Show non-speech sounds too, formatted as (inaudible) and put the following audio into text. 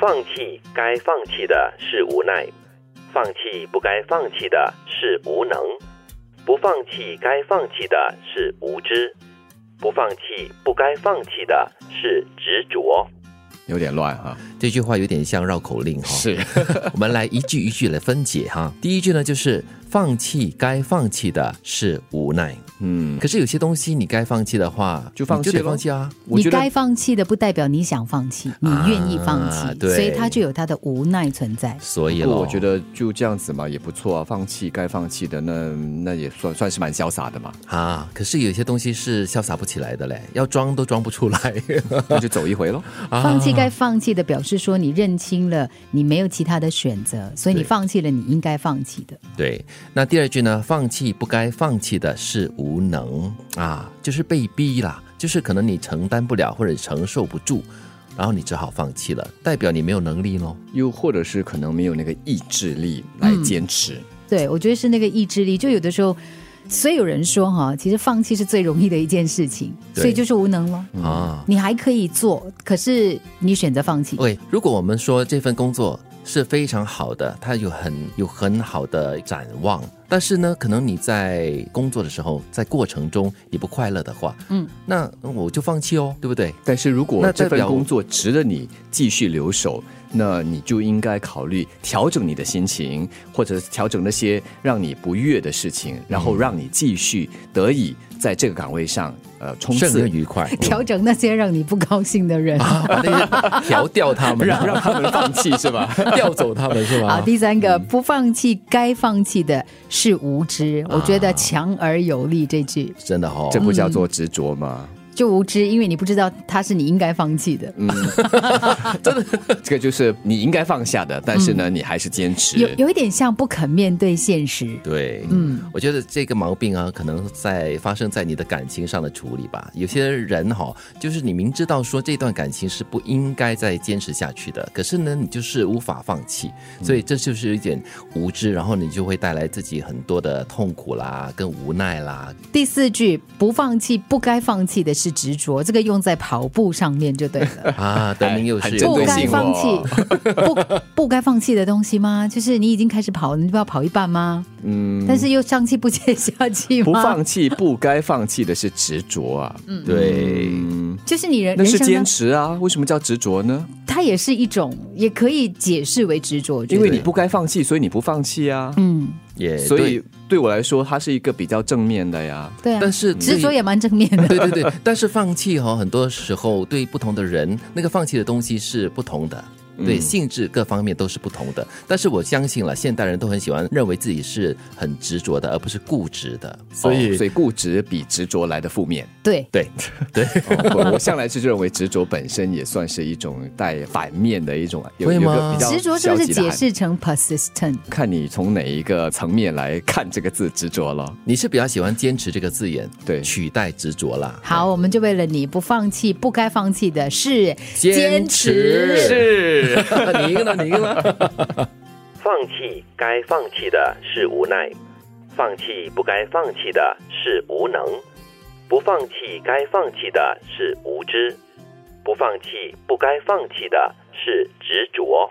放弃该放弃的是无奈，放弃不该放弃的是无能，不放弃该放弃的是无知，不放弃不该放弃的是执着。有点乱啊。这句话有点像绕口 (laughs) 令哈、是，我们来一句一句来分解哈。第一句呢，就是放弃该放弃的啊是无奈。嗯，可是有些东西你该放弃的话，就放弃你就得咯放弃啊。我你觉该得放弃的不代表你想放弃，你愿意放弃，啊对所以他就有他的无奈存在。所以不过咯，我觉得就这样子嘛，也不错啊。放弃该放弃的，那那也算算是蛮潇洒的嘛，啊，可是有些东西是潇洒不起来的嘞，要装都装不出 (laughs) 来。啊那就走一 (laughs) 回喽。放弃该放弃的，表示说你认清了你没有其他的选择，所以你对放弃了你应该放弃的。对，那第二句呢？放弃不该放弃的是无能啊，就是被逼啦，就是可能你承担不了或者承受不住，然后你只好放弃了，代表你没有能力喽。又或者是可能没有那个意志力来坚持。对，我觉得是那个意志力，就有的时候。所以有人说哈，其实放弃是最容易的一件事情，对所以就是无能咯。嗯啊。你还可以做，可是你选择放弃。 OK，如果我们说这份工作是非常好的，它有很有很好的展望，但是呢，可能你在工作的时候，在过程中你不快乐的话，嗯，那我就放弃哦，对不对？但是如果那这代份表工作值得你继续留守，那你就应该考虑调整你的心情，或者是调整那些让你不悦的事情，然后让你继续得以在这个岗位上呃冲胜刺，任愉快，调整那些让你不高兴 (laughs) 的人。啊，把那些调掉他们，让让他们放弃是吧？调走他们啊是好，吗？第三个，不放弃该放弃的是无知。啊我觉得强而有力这句真的哦， (laughs) 这不叫做执着吗？就无知，因为你不知道它是你应该放弃嗯的。这个就是你应该放下的，但是呢，你还是坚持。嗯有有一点像不肯面对现实。对，嗯，我觉得这个毛病啊，可能在发生在你的感情上的处理吧。有些人哈、就是你明知道说这段感情是不应该再坚持下去的，可是呢，你就是无法放弃，所以这就是一点无知，然后你就会带来自己很多的痛苦啦，跟无奈啦。第四句，不放弃不该放弃的是执着，这个用在跑步上面就对 (laughs) 了。啊，德明又还是针有不对该性放哦弃，不不该放弃的东西吗？就是你已经开始跑了，你不要跑一半吗？嗯，但是又上气不接下气吗？不放弃不该放弃的是执着啊，对，就是你人那是人生坚当持啊，为什么叫执着呢？它也是一种，也可以解释为执着，我觉因得为你不该放弃，所以你不放弃啊。嗯，也对所以对我来说，它是一个比较正面的呀。对啊，但是对执着也蛮正面的。 (laughs) 对对对，但是放弃哈、很多时候对不同的人，那个放弃的东西是不同的。对性质各方面都是不同的，但是我相信了，现代人都很喜欢认为自己是很执着的，而不是固执的。所哦以，所以固执比执着来的负面。对，对对，哦我我向来是认为执着本身也算是一种带反面的一种，有会有个吗比较执着是不是消极的解含义？释成 persistent？看你从哪一个层面来看这个字“执着”了。你是比较喜欢坚持这个字眼，对取代执着啦。好，我们就为了你不放弃，不该放弃的是坚持是， (laughs) 你赢了，你赢了。放弃该放弃的是无奈，放弃不该放弃的是无能，不放弃该放弃的是无知，不放弃不该放弃的是执着。